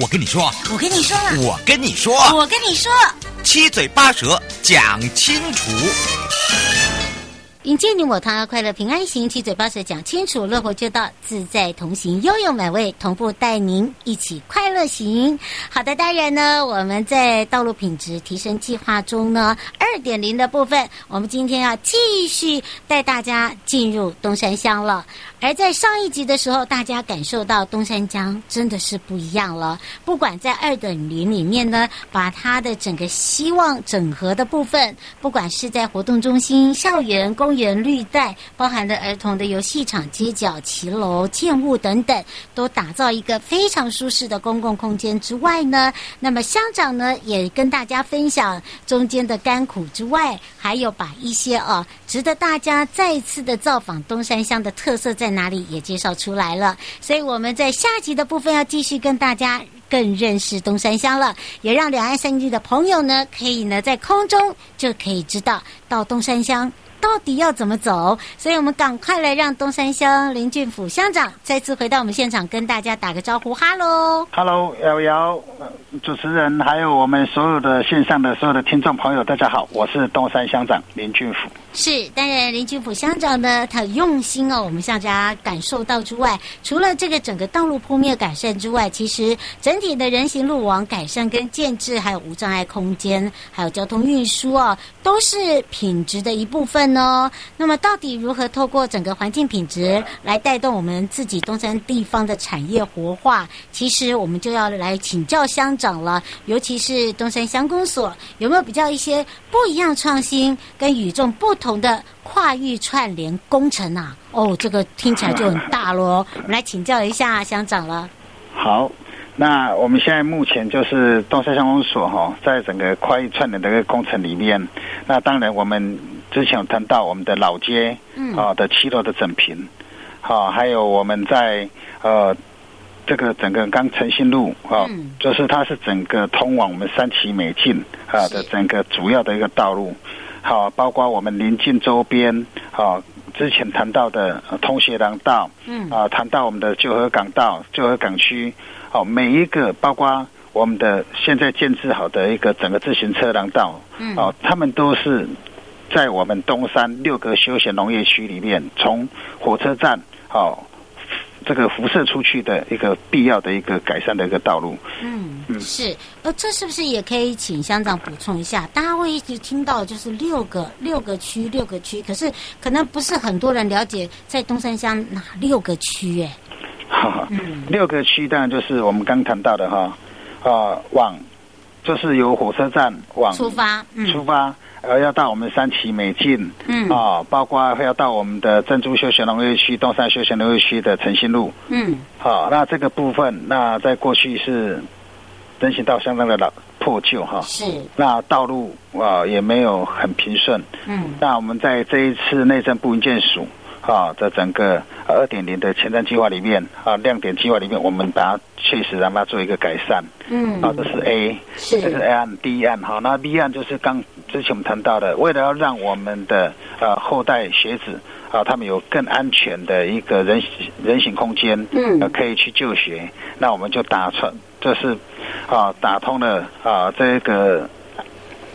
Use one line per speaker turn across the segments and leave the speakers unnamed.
我跟你说，
我跟你说了，
我跟你说，
我跟你说，
七嘴八舌讲清楚。
迎接你我他，快乐平安行，七嘴八舌讲清楚，乐活就到，自在同行，悠悠美味同步带您一起快乐行。好的，当然呢，我们在道路品质提升计划中呢，二点零的部分，我们今天要继续带大家进入东山乡了。而在上一集的时候，大家感受到东山江真的是不一样了。不管在二等零里面呢，把它的整个希望整合的部分，不管是在活动中心、校园、公园、绿带，包含了儿童的游戏场、街角、骑楼、建物等等，都打造一个非常舒适的公共空间之外呢，那么乡长呢也跟大家分享中间的甘苦之外，还有把一些啊值得大家再次的造访东山乡的特色在。哪里也介绍出来了，所以我们在下集的部分要继续跟大家更认识东山乡了，也让两岸三地的朋友呢，可以呢在空中就可以知道到东山乡到底要怎么走，所以我们赶快来让东山乡林俊甫乡长再次回到我们现场，跟大家打个招呼，哈喽，
哈喽，瑶瑶主持人，还有我们所有的线上的所有的听众朋友，大家好，我是东山乡长林俊甫。
是，当然，林俊甫乡长呢，他用心哦，我们向大家感受到之外，除了这个整个道路铺面改善之外，其实整体的人行路网改善跟建制，还有无障碍空间，还有交通运输哦，都是品质的一部分哦。那么，到底如何透过整个环境品质来带动我们自己东山地方的产业活化？其实我们就要来请教乡长了，尤其是东山乡公所有没有比较一些不一样创新跟与众不。不同的跨域串联工程啊，哦，这个听起来就很大喽。我们来请教一下乡长了。
好，那我们现在目前就是东山乡公所哈，在整个跨域串联的一个工程里面，那当然我们之前有谈到我们的老街，嗯，啊的七楼的整平，好、啊，还有我们在呃。这个整个刚诚信路啊、嗯，就是它是整个通往我们三期美境啊的整个主要的一个道路，好、啊，包括我们临近周边啊，之前谈到的、啊、通学廊道，嗯，啊，谈到我们的旧河港道、旧河港区，好、啊，每一个包括我们的现在建制好的一个整个自行车廊道，嗯，哦，他们都是在我们东山六个休闲农业区里面，从火车站好。这个辐射出去的一个必要的一个改善的一个道路。
嗯嗯，是。呃，这是不是也可以请乡长补充一下？大家会一直听到就是六个六个区六个区，可是可能不是很多人了解在东山乡哪六个区哎、
欸。嗯，六个区当然就是我们刚谈到的哈，啊、呃，往就是由火车站往
出发、嗯，
啊出发，呃，要到我们三旗美境，嗯，啊、哦，包括要到我们的珍珠休闲农业区、东山休闲农业区的诚信路，嗯，好、哦，那这个部分，那在过去是人行道相当的老破旧哈、哦，
是，
那道路啊也没有很平顺，嗯，那我们在这一次内政部营建署啊的整个呃二点零的前瞻计划里面啊亮点计划里面，我们把它。确实让它做一个改善，嗯，啊，这是 A，
是
这是 A 案 D 案，好，那 B 案就是刚之前我们谈到的，为了要让我们的呃后代学子啊，他们有更安全的一个人人行空间，嗯、呃，可以去就学，那我们就打通，这、就是啊打通了啊这个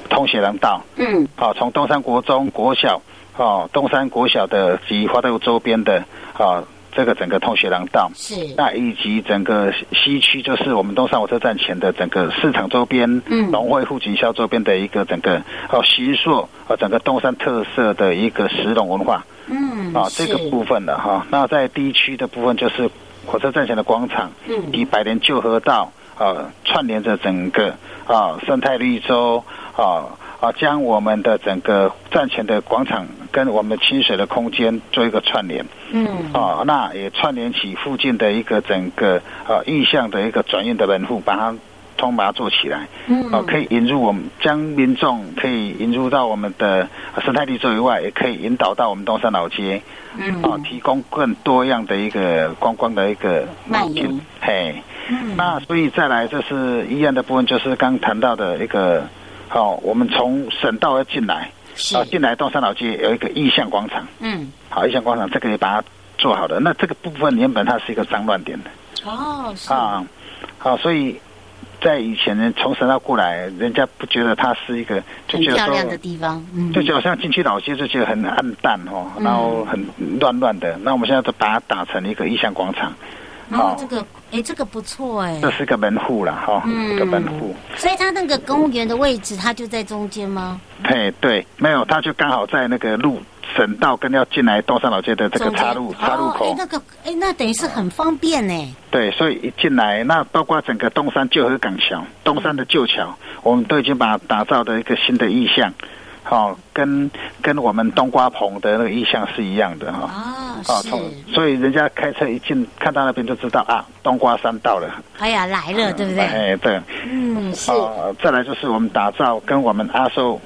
通学廊道，嗯，好、啊，从东山国中国小，哦、啊，东山国小的及花都周边的啊。这个整个通学廊道
是，
那以及整个西区，就是我们东山火车站前的整个市场周边，嗯，农会户警校周边的一个整个哦，形塑哦，整个东山特色的一个石龙文化，嗯，啊、哦，这个部分的哈、哦。那在地区的部分就是火车站前的广场，嗯，以百年旧河道啊、呃、串联着整个啊、哦、生态绿洲啊。啊，将我们的整个站前的广场跟我们清水的空间做一个串联，嗯，啊，那也串联起附近的一个整个呃意向的一个转运的门户，把它通把它做起来，嗯，啊，可以引入我们将民众可以引入到我们的啊生态绿洲以外，也可以引导到我们东山老街，嗯，啊，提供更多样的一个观光的一个
漫游，
嘿，嗯，那所以再来就是医院的部分，就是刚谈到的一个。好、哦，我们从省道要进来，啊，进来东山老街有一个意向广场，嗯，好，意向广场这个也把它做好了。那这个部分原本它是一个脏乱点的，
哦，是
啊，好、啊，所以在以前人从神道过来，人家不觉得它是一个，就
很
觉得
漂亮的
说，
地方，嗯，
就觉得好像进去老街就觉得很暗淡哦，然后很乱乱的。那我们现在都把它打成一个意向广场，
然后
哦
这个，哎，这个不错哎
这，是个门户了哈，
嗯
一啊个门户。
所以它那个公务员的位置，它就在中间吗？
嘿，对，没有，他就刚好在那个路省道跟要进来东山老街的这个
中间
岔路岔路
哦
口，
哎，那个，哎，那等于是很方便呢。
对，所以一进来，那包括整个东山旧河港桥、东山的旧桥，我们都已经把它打造的一个新的意象，好、跟跟我们冬瓜棚的那个意象是一样的哈。
哦，
哦，
是，
从所以人家开车一进看到那边就知道啊，冬瓜山到了，
哎呀，来了，对不对？
哎，对，
嗯，是，
哦，再来就是我们打造跟我们阿寿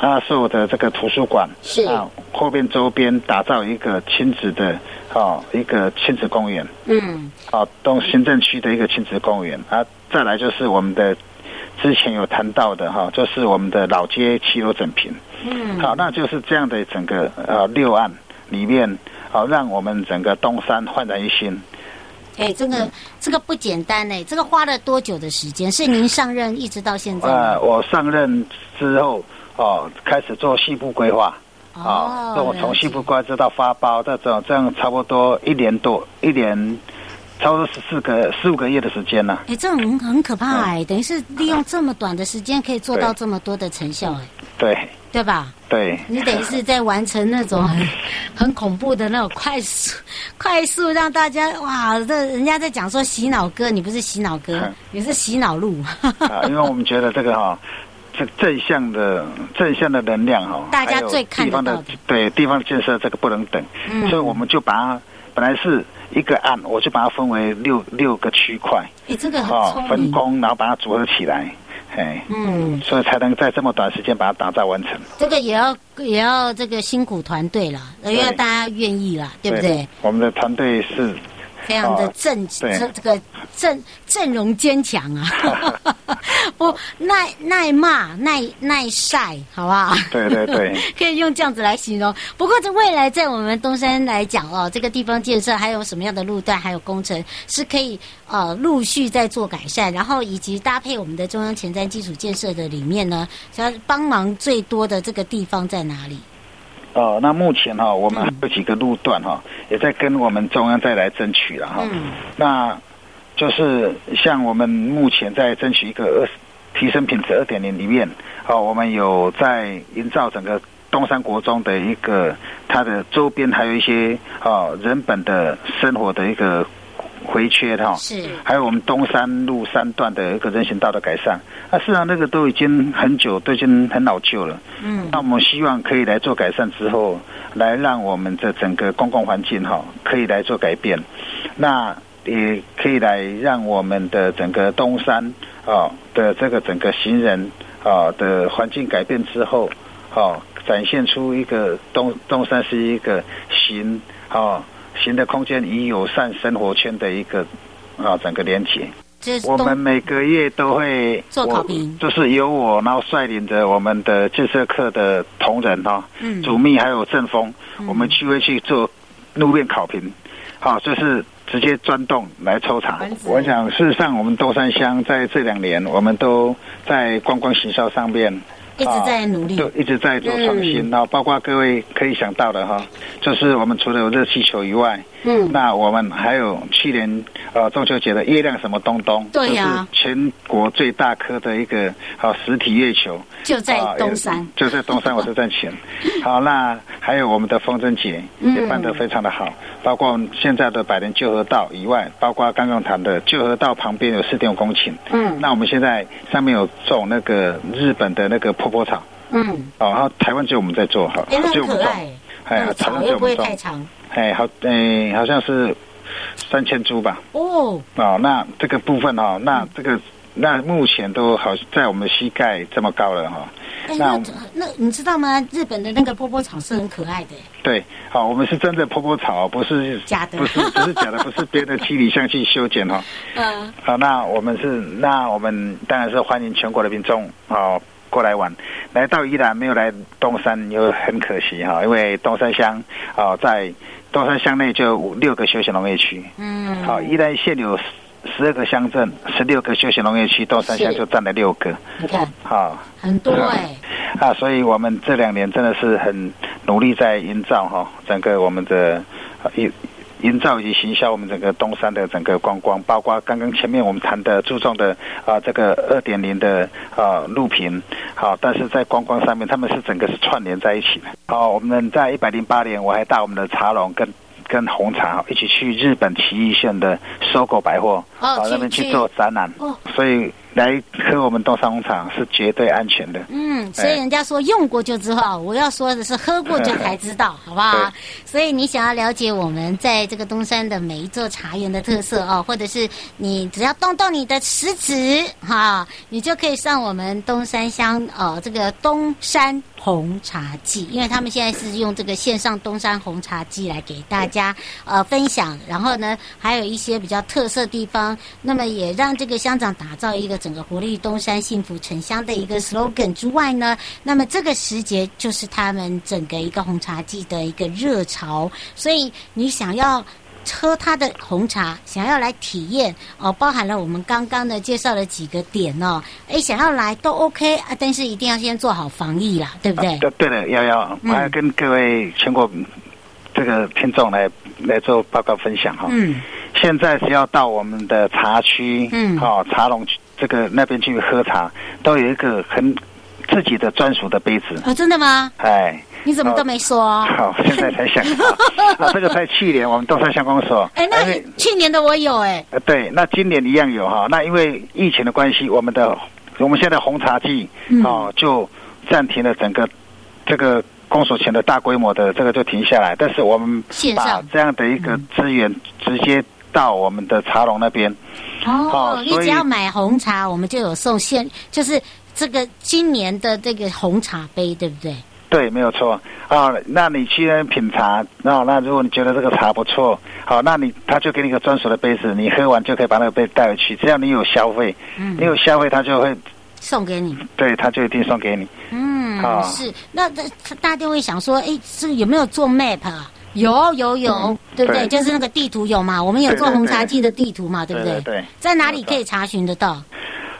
阿寿的这个图书馆
是
啊，后边周边打造一个亲子的哦，一个亲子公园
嗯，
哦，东行政区的一个亲子公园啊。再来就是我们的之前有谈到的哈、就是我们的老街七楼整平，
嗯，
好，那就是这样的整个呃六案里面，好、让我们整个东山焕然一新。
哎，这个这个不简单哎，这个花了多久的时间？是您上任一直到现在吗？
呃，我上任之后哦，开始做西部规划。
哦
啊，那我从西部瓜知道发包这种，这样差不多一年多，一年差不多十四个十五个月的时间呢、
哎，这种很很可怕
嗯
哎，等于是利用这么短的时间可以做到这么多的成效哎，
对
对吧？
对
你等于是在完成那种很很恐怖的那种快速、 快速让大家哇！这人家在讲说洗脑歌，你不是洗脑歌
嗯，
你是洗脑路，
啊，因为我们觉得这个哈、这正向的正向的能量哈、
大家
还有
最看
地
得
方
到
的
的
对地方建设这个不能等，
嗯
所以我们就把它本来是一个案，我就把它分为六六个区块
你哎这个很
啊、
哦聪
分
明。
工，然后把它组合起来，哎，
嗯，
所以才能在这么短时间把它打造完成。
这个也要也要这个辛苦团队啦，也要大家愿意啦，对不对？？
我们的团队是
非常的
哦
正，
对
这这个阵阵容坚强 啊，不耐耐骂耐耐晒，好不好？
对对对。
可以用这样子来形容。不过，这未来在我们东山来讲哦，这个地方建设还有什么样的路段，还有工程是可以呃陆续在做改善，然后以及搭配我们的中央前瞻基础建设的里面呢，要帮忙最多的这个地方在哪里？
哦，那目前哈、我们还有几个路段哈、也在跟我们中央再来争取了哈、
嗯
那就是像我们目前在争取一个二提升品质二点零里面，哦，我们有在营造整个东山国中的一个它的周边，还有一些哦人本的生活的一个回缺哈、
是
还有我们东山路三段的一个人行道的改善，啊那、事实上那个都已经很久，都已经很老旧了。
嗯
那我们希望可以来做改善之后，来让我们的整个公共环境哈、可以来做改变，那也可以来让我们的整个东山啊、的这个整个行人啊、的环境改变之后，哦展现出一个东东山是一个行哦行的空间与友善生活圈的一个啊、整个连接。
这是
我们
东
每个月都会
做
我
考评
就是由我然后率领着我们的建设课的同仁哈、
嗯
主秘还有正风，我们去会去做路面考评，好、就是直接钻洞来抽查
丸。子
我想事实上，我们东山乡在这两年，我们都在观光行销上面。
一直在努力
对，一直在做创
嗯
新，然后包括各位可以想到的哈，就是我们除了有热气球以外，
嗯
那我们还有去年呃中秋节的月亮什么东东，
对呀
就是全国最大颗的一个呃实体月球，
就在
啊
东山
也就在东山，我是 在前。好，那还有我们的风筝节
嗯
也办得非常的好，包括我们现在的百年旧河道以外，包括刚刚谈的旧河道旁边有四点五公顷，
嗯
那我们现在上面有种那个日本的那个泡泡草。
嗯，
哦，然后台湾只有我们在做哈，
哎，那
只有
很
我
可
们种
爱，，
哎
那，个
台
草
湾只有
又
我
不会
们
太
种，
长
哎，好，哎，好像是三千株吧，
哦，
哦，那这个部分哦，那这个那目前都好在我们膝盖这么高了哦哈、
哎，
那
那
我们
那你知道吗？日本的那个波波草是很可爱的，
对，好、我们是真的婆婆草，哦不是
假的
不是不是假的，不是别的七里香去修剪哈、
嗯，
好，那我们是，那我们当然是欢迎全国的民众哦过来玩。来到宜兰没有来东山，又很可惜哈、因为东山乡哦在东山乡内就有五六个休闲农业区。
嗯，
好、宜兰县有十二个乡镇，十六个休闲农业区，豆山乡
是
就占了六个。
你看
好、
很多哎、
啊，所以我们这两年真的是很努力在营造哈、整个我们的呃营营造以及行销我们整个东山的整个观光，包括刚刚前面我们谈的注重的啊、这个二点零的啊、路平，好、但是在观光上面他们是整个是串联在一起的。好、我们在一百零八年我还带我们的茶农跟。跟红茶一起去日本崎玉县的搜狗百货，
哦
啊
去
那边去
去
做展览，
哦
所以来喝我们东山红茶是绝对安全的。
嗯，所以人家说用过就知道，我要说的是喝过就才知道，好不好
对？
所以你想要了解我们在这个东山的每一座茶园的特色哦，或者是你只要动动你的食指哈，你就可以上我们东山乡呃这个东山红茶季，因为他们现在是用这个线上东山红茶季来给大家呃分享，然后呢还有一些比较特色地方，那么也让这个乡长打造一个整个活力东山幸福城乡的一个 slogan 之外呢，那么这个时节就是他们整个一个红茶季的一个热潮，所以你想要。喝他的红茶，想要来体验哦，包含了我们刚刚呢介绍了几个点哦，哎，想要来都 OK 啊，但是一定要先做好防疫啦，对不对？
啊对对了，瑶瑶，
嗯
我要跟各位全国这个听众来来做报告分享哈、
嗯，
现在只要到我们的茶区，
嗯
哦，茶农区这个那边去喝茶，都有一个很自己的专属的杯子。
哦，真的吗？
哎，
你怎么都没说？哦
好，现在才想 到，啊，这个在去年我们东山乡公所，
哎，那
因为
你去年的我有哎、
呃，对，那今年一样有哈。那因为疫情的关系，我们的我们现在红茶季
嗯
哦、就暂停了整个这个公所前的大规模的这个就停下来，但是我们
线
把
上
这样的一个资源直接到我们的茶农那边，
哦
哦，
你
所
只
以
要买红茶，我们就有送现，就是这个今年的这个红茶杯，对不对？
对，没有错啊。那你去那边品茶，那、那如果你觉得这个茶不错，好，那你他就给你一个专属的杯子，你喝完就可以把那个杯带回去，只要你有消费，
嗯
你有消费，他就会
送给你。
对他就一定送给你。
嗯，
好
是。那那大家就会想说，哎，这个有没有做 map 啊？有有有，
嗯
对不对？
对
就是那个地图有嘛？我们有做
对对对
红茶季的地图嘛，对不
对对对
在哪里可以查询得到？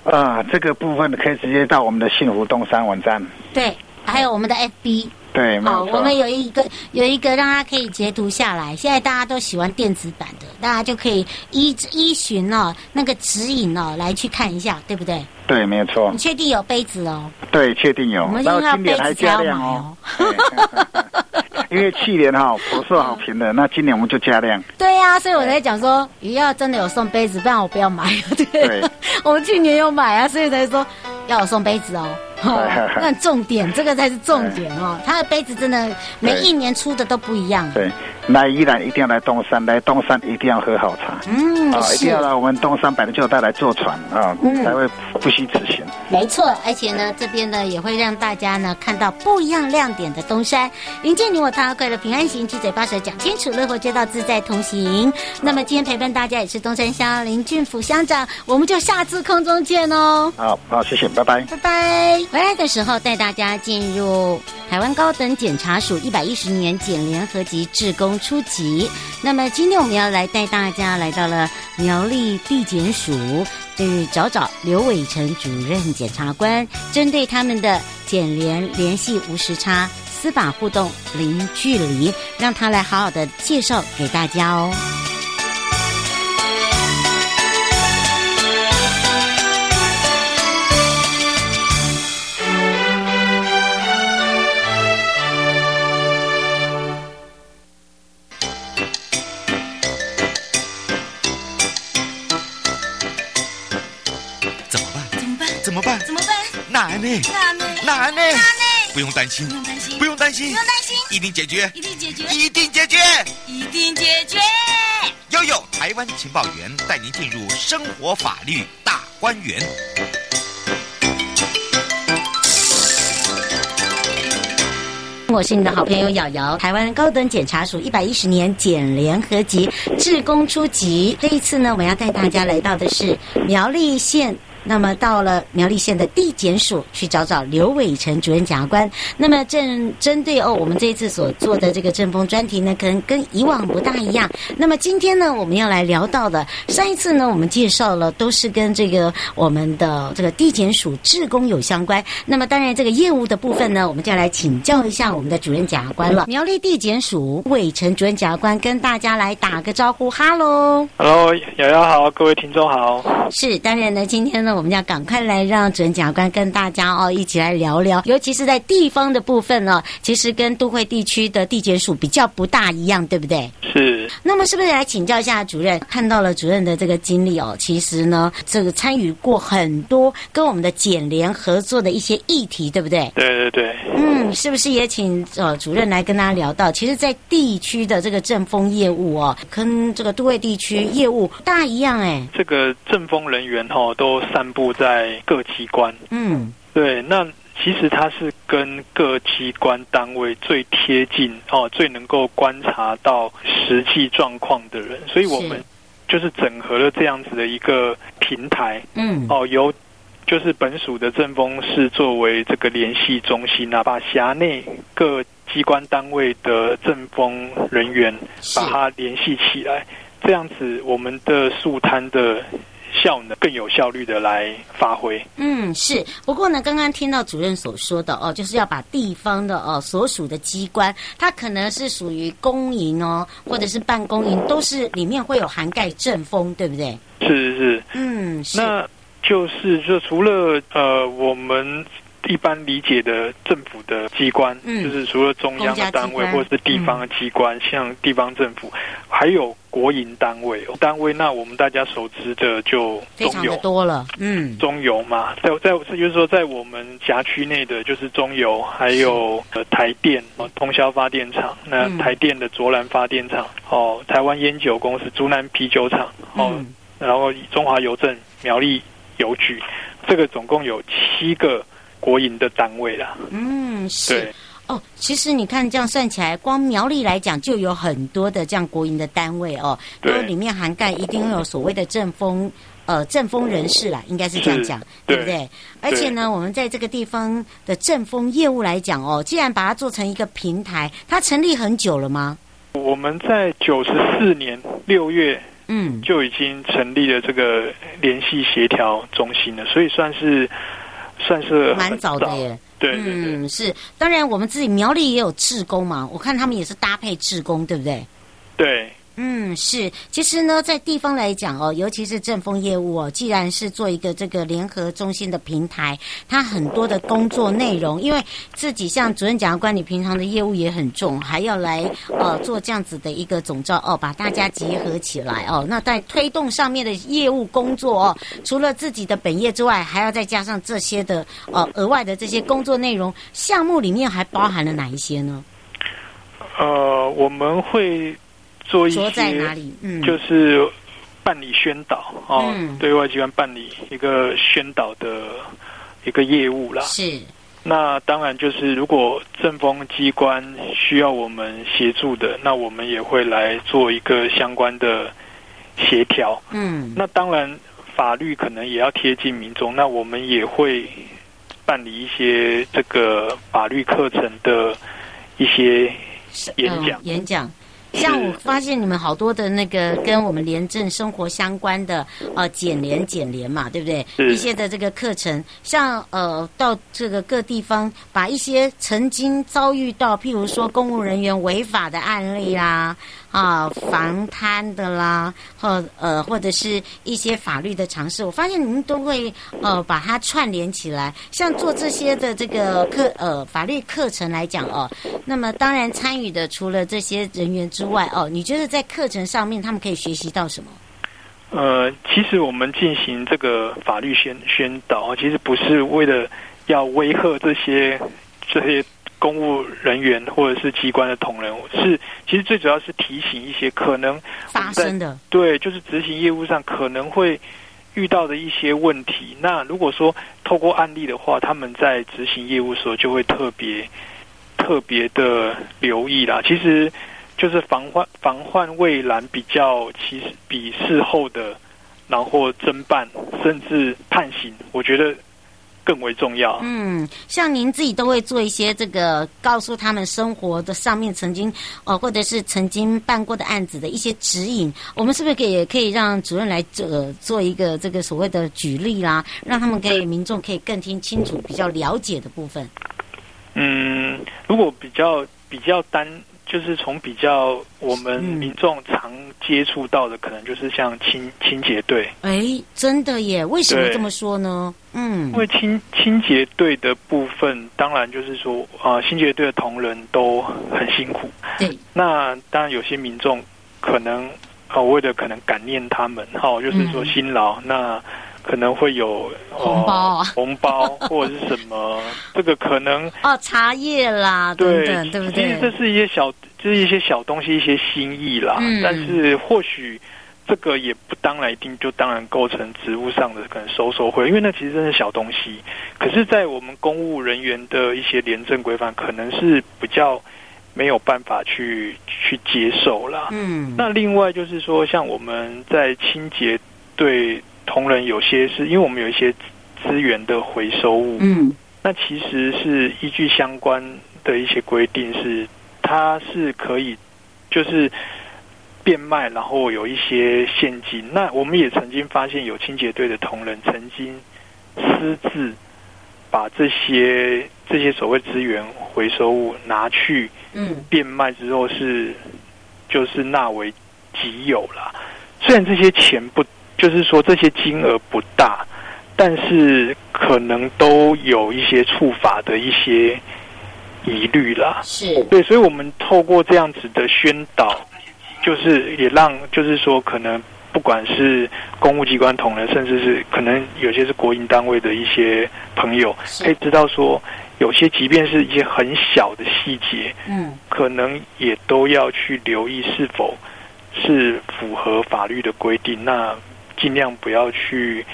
啊，这个部分可以直接到我们的幸福东山网站。
对，还有我们的 FB，
对，没
好，
有
哦我们
错。
有一个有一个让大家可以截图下来。现在大家都喜欢电子版的，大家就可以依依循哦那个指引哦来去看一下，对不对？
对，没有错
你。确定有杯子哦？
对，确定有
我们。
然后
现在
今年
杯子
还
只要
加量
买
哦。对 因为去年哈不受好评
嗯
的，那今年我们就加量。
对呀、所以我才讲说，鱼要真的有送杯子，不然我不要买。啊对，
对
我们去年有买啊，所以才说要有送杯子 哦。哦那重点，这个才是重点哦。它的杯子真的每
对
一年出的都不一样。
对，来依然一定要来东山，来东山一定要喝好茶。
嗯，
啊，一定
是
要来我们东山百灵就带来坐船啊
嗯，
才会不虚此行。
没错，而且呢，这边呢也会让大家呢看到不一样亮点的东山。迎接你我他，快乐平安行，七嘴八舌讲清楚，乐活街道自在同行。那么今天陪伴大家也是东山乡林俊福乡长，我们就下次空中见哦。
好，好，谢谢，拜拜。
拜拜。回来的时候带大家进入台湾高等检察署一百一十年检联合及志工初级。那么今天我们要来带大家来到了苗栗地检署，去找找刘伟成主任检察官，针对他们的检联联系无时差、司法互动零距离，让他来好好的介绍给大家哦。
怎么办？
怎么办？
怎么办？
怎么办？
难呢？
那呢？
难呢？
那呢？
不用担心
不，用担心，
不用担心
不用，担心，
一定解决，
一定解决，
一定解决。
一定解决。
悠悠台湾情报员带您进入生活法律大观园。
我是你的好朋友瑶瑶，台湾高等检察署一百一十年检联合级志工初级。这一次呢，我要带大家来到的是苗栗县那么到了苗栗县的地检署去找找刘伟成主任检察官。那么正针对哦，我们这一次所做的这个政风专题呢，可能跟以往不大一样。那么今天呢，我们要来聊到的，上一次呢，我们介绍了都是跟这个我们的这个地检署志工有相关。那么当然这个业务的部分呢，我们就要来请教一下我们的主任检察官了。苗栗地检署伟成主任检察官跟大家来打个招呼，哈喽。
Hello，瑶瑶好，各位听众好。
是，当然呢，今天呢，我们要赶快来让主任检察官跟大家哦一起来聊聊，尤其是在地方的部分呢、其实跟都会地区的地检署比较不大一样，对不对？
是，
那么是不是来请教一下主任？看到了主任的这个经历哦，其实呢，这个参与过很多跟我们的检联合作的一些议题，对不对？
对对对，
嗯，是不是也请呃主任来跟大家聊到？其实，在地区的这个政风业务哦，跟这个都会地区业务不大一样哎。
这个政风人员哈、都散布在各机关。
嗯
对，那其实它是跟各机关单位最贴近哦，最能够观察到实际状况的人，所以我们
是
就是整合了这样子的一个平台
嗯，
哦，由。就是本署的政风是作为这个联系中心啊，把辖内各机关单位的政风人员
是
把它联系起来，这样子我们的速摊的效能更有效率的来发挥。
嗯是。不过呢，刚刚听到主任所说的哦，就是要把地方的哦所属的机关，它可能是属于公营哦，或者是办公营，都是里面会有涵盖政风，对不对？
是是是，
嗯是。
那就是就除了呃我们。一般理解的政府的机关，
嗯
就是除了中央
公家机
的单位
关嗯
或者是地方的机关，像地方政府，还有国营单位哦。单位那我们大家熟知的就
非
中
常的
油，
多了，嗯，
中油嘛，在在这就是说，在我们辖区内的，就是中油，还有呃台电哦，通宵发电厂，那
嗯
台电的卓兰发电厂哦，台湾烟酒公司、竹南啤酒厂哦，
嗯
然后中华邮政、苗栗邮局，这个总共有七个国营的单位啦。
嗯是
对，
哦，其实你看这样算起来，光苗栗来讲就有很多的这样国营的单位哦，都
对
里面涵盖一定会有所谓的政风。呃，政风人士啦，应该是这样讲，对
对
不对？而且呢，我们在这个地方的政风业务来讲哦，既然把它做成一个平台，它成立很久了吗？
我们在九十四年六月
嗯，
就已经成立了这个联系协调中心了，所以算是算是很
蛮早的耶。
对对对。
嗯，是。当然，我们自己苗栗也有志工嘛，我看他们也是搭配志工，对不对？
对
嗯，是。其实呢，在地方来讲哦，尤其是政风业务哦，既然是做一个这个联合中心的平台，它很多的工作内容，因为自己像主任检察官，你平常的业务也很重，还要来呃做这样子的一个总召哦，把大家结合起来哦。那在推动上面的业务工作哦，除了自己的本业之外，还要再加上这些的呃额外的这些工作内容项目里面，还包含了哪一些呢？
呃，我们会做一
着在哪
些，
里？嗯，
就是办理宣导哦，
嗯
对外机关办理一个宣导的一个业务啦。
是
那当然就是，如果政风机关需要我们协助的，那我们也会来做一个相关的协调。
嗯。
那当然，法律可能也要贴近民众，那我们也会办理一些这个法律课程的一些
是
演
嗯
讲
演讲。像我发现你们好多的那个跟我们廉政生活相关的呃简联简联嘛，对不对？
是
一些的这个课程，像呃到这个各地方，把一些曾经遭遇到，譬如说公务人员违法的案例啦，啊防贪的啦，或呃或者是一些法律的常识，我发现你们都会呃把它串联起来。像做这些的这个课呃法律课程来讲哦，那么当然参与的除了这些人员之外，哦，你觉得在课程上面他们可以学习到什么？
呃，其实我们进行这个法律宣宣导，其实不是为了要威吓这些这些公务人员或者是机关的同仁，是其实最主要是提醒一些可能
发生的，
对，就是执行业务上可能会遇到的一些问题。那如果说透过案例的话，他们在执行业务的时候就会特别特别的留意啦。其实就是防患防患未然，比较其实比事后的然后侦办，甚至判刑，我觉得更为重要。
嗯，像您自己都会做一些这个告诉他们生活的上面曾经呃，或者是曾经办过的案子的一些指引，我们是不是可以也可以让主任来呃做一个这个所谓的举例啦，让他们可以民众可以更听清楚、比较了解的部分？
嗯，如果比较比较单，就是从比较我们
嗯
民众常接触到的，可能就是像清清洁队，
哎，真的耶，为什么
对
这么说呢？嗯
因，为清清洁队的部分，当然就是说，呃，清洁队的同仁都很辛苦。
对，
那当然有些民众可能呃，为了可能感念他们，哈、就是说
嗯
辛劳，那可能会有、呃
红包啊
红包或者是什么，这个可能
哦，茶叶啦，等
对
等，对不
其实这
对？
是一些小，就是一些小东西，一些心意啦。
嗯
但是或许这个也不当然一定就当然构成职务上的可能收受贿，因为那其实真的是小东西。可是，在我们公务人员的一些廉政规范，可能是比较没有办法去去接受啦。
嗯，
那另外就是说，像我们在清洁对同仁有些是因为我们有一些资源的回收物，
嗯
那其实是依据相关的一些规定是，它是可以就是变卖，然后有一些现金。那我们也曾经发现有清洁队的同仁曾经私自把这些这些所谓资源回收物拿去
嗯，
变卖之后是就是纳为己有啦。虽然这些钱不，就是说这些金额不大，但是可能都有一些触法的一些疑虑啦。
是，
对，所以我们透过这样子的宣导，就是也让，就是说可能。不管是公务机关同仁，甚至是可能有些是国营单位的一些朋友，
是
可以知道说，有些即便是一些很小的细节，
嗯
可能也都要去留意是否是符合法律的规定，那尽量不要去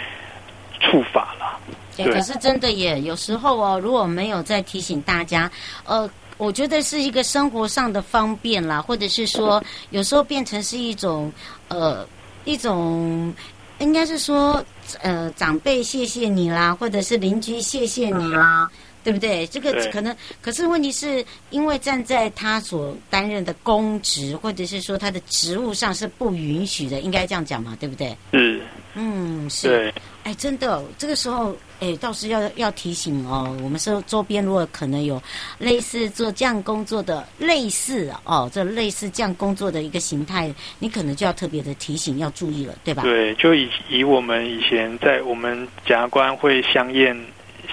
触法啦。
对，
对
可是真的也有时候哦，如果没有再提醒大家，呃。我觉得是一个生活上的方便啦，或者是说，有时候变成是一种，呃，一种，应该是说，呃，长辈谢谢你啦，或者是邻居谢谢你啦，对不对？这个
对
可能，可是问题是因为站在他所担任的公职，或者是说他的职务上是不允许的，应该这样讲嘛，对不对？
是，
嗯，是。
对，
哎，真的哦，这个时候，哎，倒是要要提醒哦，我们周周边如果可能有类似做这样工作的，类似哦，这类似这样工作的一个形态，你可能就要特别的提醒，要注意了，对吧？
对，就以以我们以前在我们检察官会相验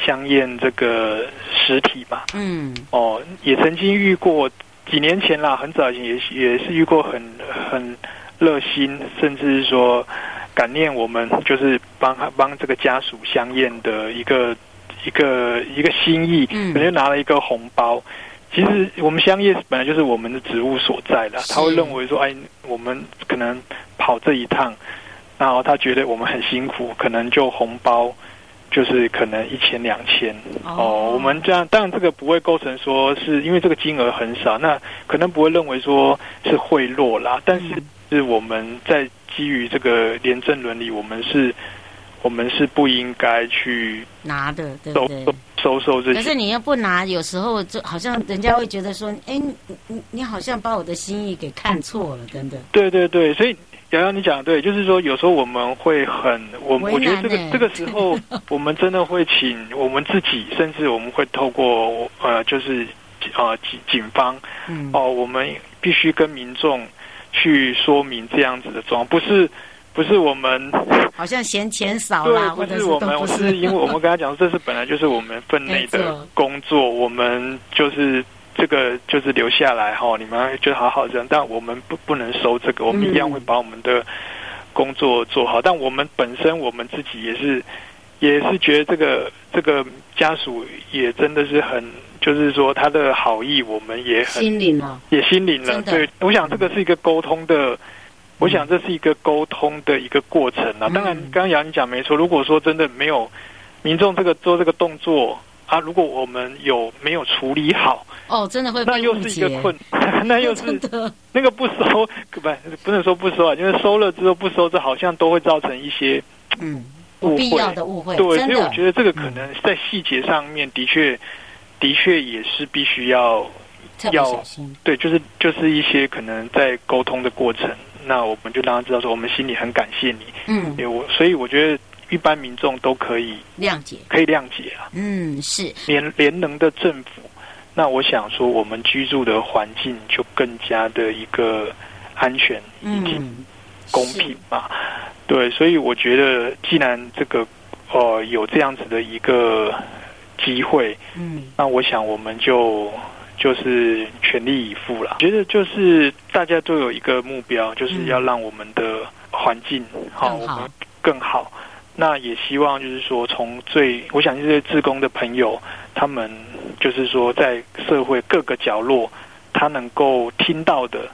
相验这个实体嘛，
嗯，
哦，也曾经遇过几年前啦，很早以前也是也是遇过很很热心，甚至是说感念我们就是帮他帮这个家属相验的一个一个一个心意，
嗯
可能就拿了一个红包。其实我们相业本来就是我们的职务所在啦，
是
他会认为说，哎，我们可能跑这一趟，然后他觉得我们很辛苦，可能就红包就是可能一千两千哦，我们这样，当然这个不会构成说是因为这个金额很少，那可能不会认为说是贿赂啦，但是
嗯
是我们在基于这个廉政伦理，我们是，我们是不应该去
拿的，对不
收
对？
收收受这
可
些
是。你要不拿，有时候就好像人家会觉得说，哎，你你你好像把我的心意给看错了，等等。
对对对，所以瑶瑶你讲的对，就是说有时候我们会很，我
为难
我觉得这个
欸
这个时候， 我们真的会请我们自己，甚至我们会透过呃，就是呃警警方
嗯，
哦，我们必须跟民众去说明这样子的状况，不是不是我们
好像嫌钱少啦，
对，
或
不
者
是
都
我们，
不
我
是
是因为我们跟他讲，这是本来就是我们分内
没
的
错
工作，我们就是。这个就是留下来哈，你们就好好这样，但我们不不能收这个，我们一样
嗯
会把我们的工作做好。但我们本身我们自己也是也是觉得这个这个家属也真的是很，就是说他的好意，我们也很
心领了。
也心领了。
真的嗯
对，我想这个是一个沟通的，我想这是一个沟通的一个过程啊。
嗯
当然，刚刚杨你讲没错，如果说真的没有民众这个做这个动作，啊，如果我们有没有处理好，
哦，真的会
那
被
又
误
是一
解
个困， 那又是
真的
那个不收， 不不能说不收啊，因为收了之后不收，这好像都会造成一些
嗯
误
不
会。
必要的误会，
对，
真
所以我
的嗯
觉得这个可能在细节上面的确，的确也是必须要
特别
要
小心。
对，就是就是一些可能在沟通的过程，那我们就让他知道说我们心里很感谢你，
嗯，
也我所以我觉得一般民众都可以
谅解。
可以谅解啊，
嗯，是
联联能的政府，那我想说我们居住的环境就更加的一个安全以及
嗯
公平嘛。对，所以我觉得，既然这个呃有这样子的一个机会，
嗯
那我想我们就就是全力以赴了。觉得就是大家都有一个目标，就是要让我们的环境好，
嗯更
我
好
们更好。那也希望就是说，从最我想这些志工的朋友，他们就是说在社会各个角落，他能够听到的、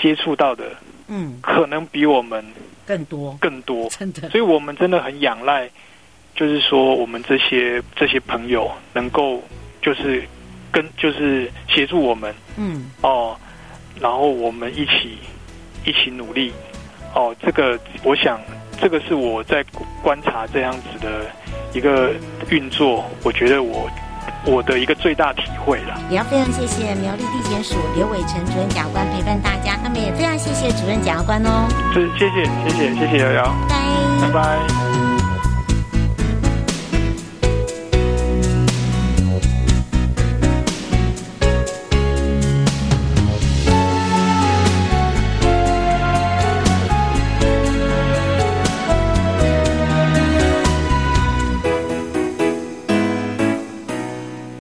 接触到的，
嗯
可能比我们
更多
更多，
真的
所以我们真的很仰赖，就是说我们这些这些朋友能够就是跟就是协助我们
嗯
哦，然后我们一起一起努力哦，这个我想这个是我在观察这样子的一个运作，我觉得我我的一个最大体会了。
也要非常谢谢苗栗地检署刘伟成主任检察官陪伴大家，那么也非常谢谢主任检察官哦，
这谢谢谢谢谢谢瑶瑶，
拜。
拜拜。